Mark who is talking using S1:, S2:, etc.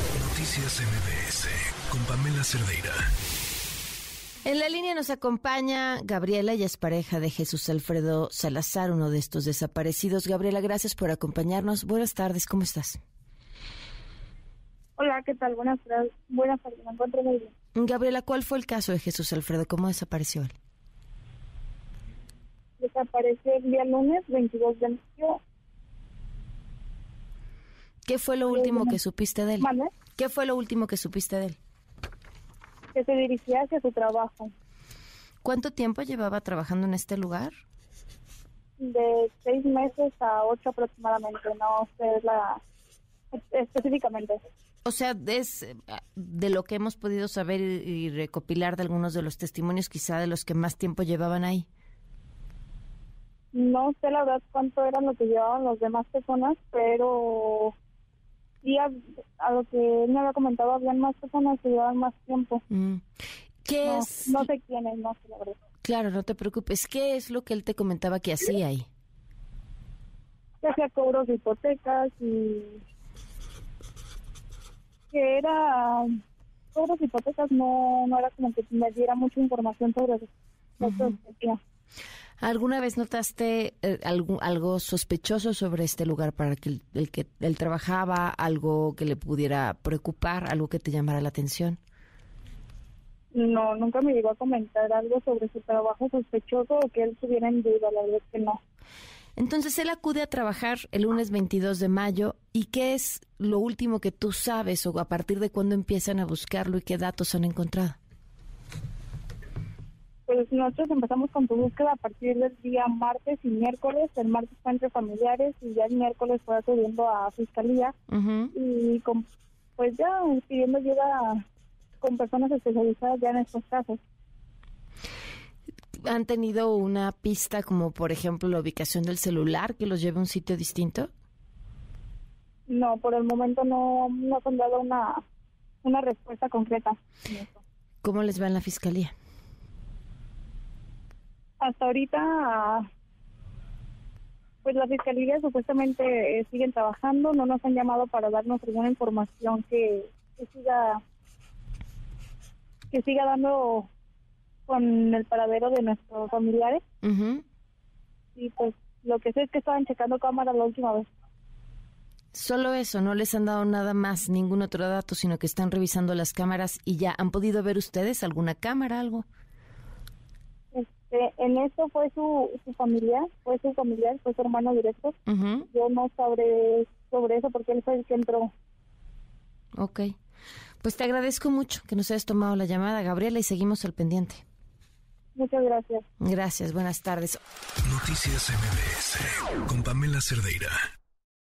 S1: Noticias MBS con Pamela Cerdeira.
S2: En la línea nos acompaña Gabriela, ella es pareja de Jesús Alfredo Salazar, uno de estos desaparecidos. Gabriela, gracias por acompañarnos. Buenas tardes, ¿cómo estás?
S3: Hola, ¿qué tal? Buenas tardes. Buenas tardes, me encuentro muy bien.
S2: Gabriela, ¿cuál fue el caso de Jesús Alfredo? ¿Cómo desapareció él?
S3: Desapareció el día lunes 22 de mayo.
S2: ¿Qué fue lo último que supiste de él?
S3: ¿Vale?
S2: ¿Qué fue lo último que supiste de él?
S3: Que se dirigía hacia su trabajo
S2: ¿Cuánto tiempo llevaba trabajando en este lugar?
S3: de seis meses a ocho aproximadamente, no sé la específicamente.
S2: O sea, es eh, de lo que hemos podido saber y, y recopilar de algunos de los testimonios, quizá de los que más tiempo llevaban ahí.
S3: No sé la verdad cuánto era lo que llevaban las demás personas, pero sí a, a lo que él me había comentado, habían más personas que llevaban más tiempo.
S2: Mm. ¿Qué
S3: No,
S2: es?
S3: no sé quiénes, no sé la verdad.
S2: Claro, no te preocupes. ¿Qué es lo que él te comentaba que hacía ahí?
S3: que hacía cobros de hipotecas y que era cobros de hipotecas no no era como que me diera mucha información sobre eso lo que hacía.
S2: ¿Alguna vez notaste eh, algún- algo sospechoso sobre este lugar para que el, el que él trabajaba, algo que le pudiera preocupar, algo que te llamara la atención?
S3: no nunca me llegó a comentar algo sobre su trabajo sospechoso o que él estuviera en duda la verdad es que no
S2: Entonces él acude a trabajar el lunes 22 de mayo y qué es lo último que tú sabes o a partir de cuándo empiezan a buscarlo y qué datos han encontrado.
S3: pues nosotros empezamos con su búsqueda a partir del día martes y miércoles el martes fue entre familiares y ya el miércoles fue acudiendo a fiscalía
S2: Ujú.
S3: y con, pues ya pidiendo ayuda con personas especializadas ya en estos casos.
S2: ¿Han tenido una pista como por ejemplo la ubicación del celular que los lleve a un sitio distinto?
S3: No, por el momento no no se han dado una, una respuesta concreta. en eso.
S2: ¿Cómo les va en la fiscalía?
S3: Hasta ahorita, pues las fiscalías supuestamente eh, siguen trabajando, no nos han llamado para darnos alguna información que, que siga que siga dando con el paradero de nuestros familiares
S2: Ujú.
S3: y pues lo que sé es que estaban checando cámaras la última vez.
S2: Solo eso, no les han dado nada más, ningún otro dato, sino que están revisando las cámaras y ya han podido ver ustedes alguna cámara, algo.
S3: Este, en esto fue su, su familiar, fue su familiar, fue su hermano directo.
S2: Ujú.
S3: Yo no sabré sobre eso porque él fue el que entró.
S2: Ok. Pues te agradezco mucho que nos hayas tomado la llamada, Gabriela, y seguimos al pendiente.
S3: Muchas gracias.
S2: Gracias, buenas tardes.
S1: Noticias MBS con Pamela Cerdeira.